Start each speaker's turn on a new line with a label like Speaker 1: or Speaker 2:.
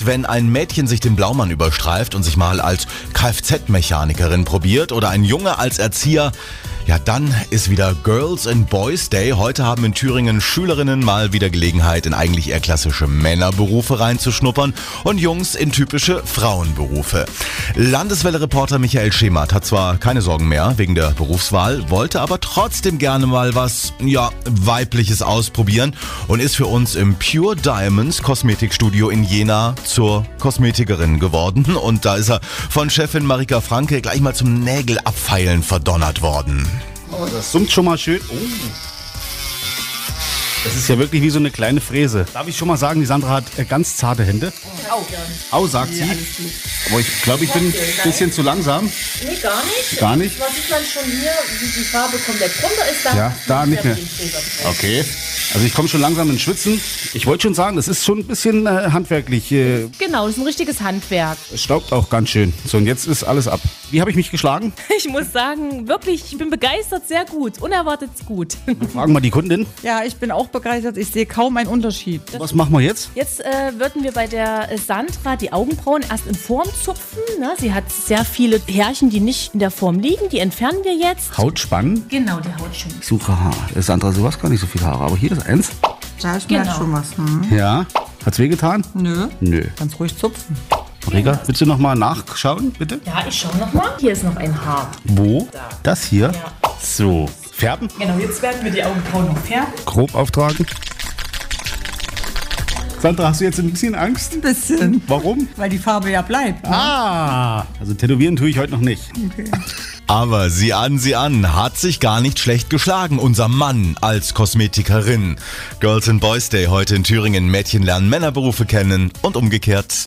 Speaker 1: Wenn ein Mädchen sich dem Blaumann überstreift und sich mal als Kfz-Mechanikerin probiert oder ein Junge als Erzieher, ja dann ist wieder Girls and Boys Day. Heute haben in Thüringen Schülerinnen mal wieder Gelegenheit, in eigentlich eher klassische Männerberufe reinzuschnuppern und Jungs in typische Frauenberufe. Landeswelle-Reporter Michael Schemert hat zwar keine Sorgen mehr wegen der Berufswahl, wollte aber trotzdem gerne mal was, ja, weibliches ausprobieren und ist für uns im Pure Diamonds Kosmetikstudio in Jena zur Kosmetikerin geworden. Und da ist er von Chefin Marika Franke gleich mal zum Nägelabfeilen verdonnert worden.
Speaker 2: Oh, das summt schon mal schön. Oh. Das ist ja wirklich wie so eine kleine Fräse. Darf ich schon mal sagen, die Sandra hat äh, ganz zarte Hände.
Speaker 3: Auch.
Speaker 2: Au, sagt sie. Aber ich glaube, ich bin ein bisschen zu langsam.
Speaker 3: Nee, gar nicht.
Speaker 2: Gar nicht?
Speaker 3: Man sieht man schon hier, wie die Farbe komplett runter ist. Da
Speaker 2: Ja,
Speaker 3: ist
Speaker 2: da
Speaker 3: man
Speaker 2: nicht mehr.
Speaker 3: mit dem Silberstreif.
Speaker 2: Okay. Also ich komme schon langsam ins Schwitzen. Ich wollte schon sagen, das ist schon ein bisschen äh, handwerklich. Äh,
Speaker 4: Genau, das ist ein richtiges Handwerk.
Speaker 2: es staubt auch ganz schön. So, und jetzt ist alles ab. Wie habe ich mich geschlagen?
Speaker 4: Ich muss sagen, wirklich, ich bin begeistert, sehr gut, unerwartet gut.
Speaker 2: Wir Fragen mal die Kundin.
Speaker 5: Ja, ich bin auch begeistert. Ich sehe kaum einen Unterschied.
Speaker 2: Was machen wir jetzt?
Speaker 4: Jetzt äh, würden wir bei der äh, Sandra die Augenbrauen erst in Form zupfen. Ne? Sie hat sehr viele Härchen, die nicht in der Form liegen, die entfernen wir jetzt.
Speaker 2: Hautspannen.
Speaker 4: Genau, die Haut schon.
Speaker 2: Ich suche Haare. Äh, Sandra, du hast gar nicht so viele Haare, aber hier ist eins.
Speaker 5: Da ist
Speaker 4: Genau.
Speaker 5: schon was. Hm?
Speaker 2: Ja. Hat's wehgetan?
Speaker 5: Nö.
Speaker 2: Nö.
Speaker 5: Ganz ruhig zupfen.
Speaker 2: Rega, willst du noch mal nachschauen, bitte?
Speaker 4: Ja, ich schaue nochmal. Hier ist noch ein Haar.
Speaker 2: Wo? Das hier?
Speaker 4: Ja.
Speaker 2: So. Färben?
Speaker 4: Genau, jetzt werden wir die Augenbrauen noch färben.
Speaker 2: Grob auftragen. Sandra, hast du jetzt ein bisschen Angst?
Speaker 5: Ein bisschen.
Speaker 2: Warum?
Speaker 5: Weil die Farbe ja bleibt.
Speaker 2: Ah! Also tätowieren tue ich heute noch nicht.
Speaker 1: Aber sieh an, sieh an, hat sich gar nicht schlecht geschlagen, unser Mann als Kosmetikerin. Girls and Boys Day heute in Thüringen. Mädchen lernen Männerberufe kennen und umgekehrt.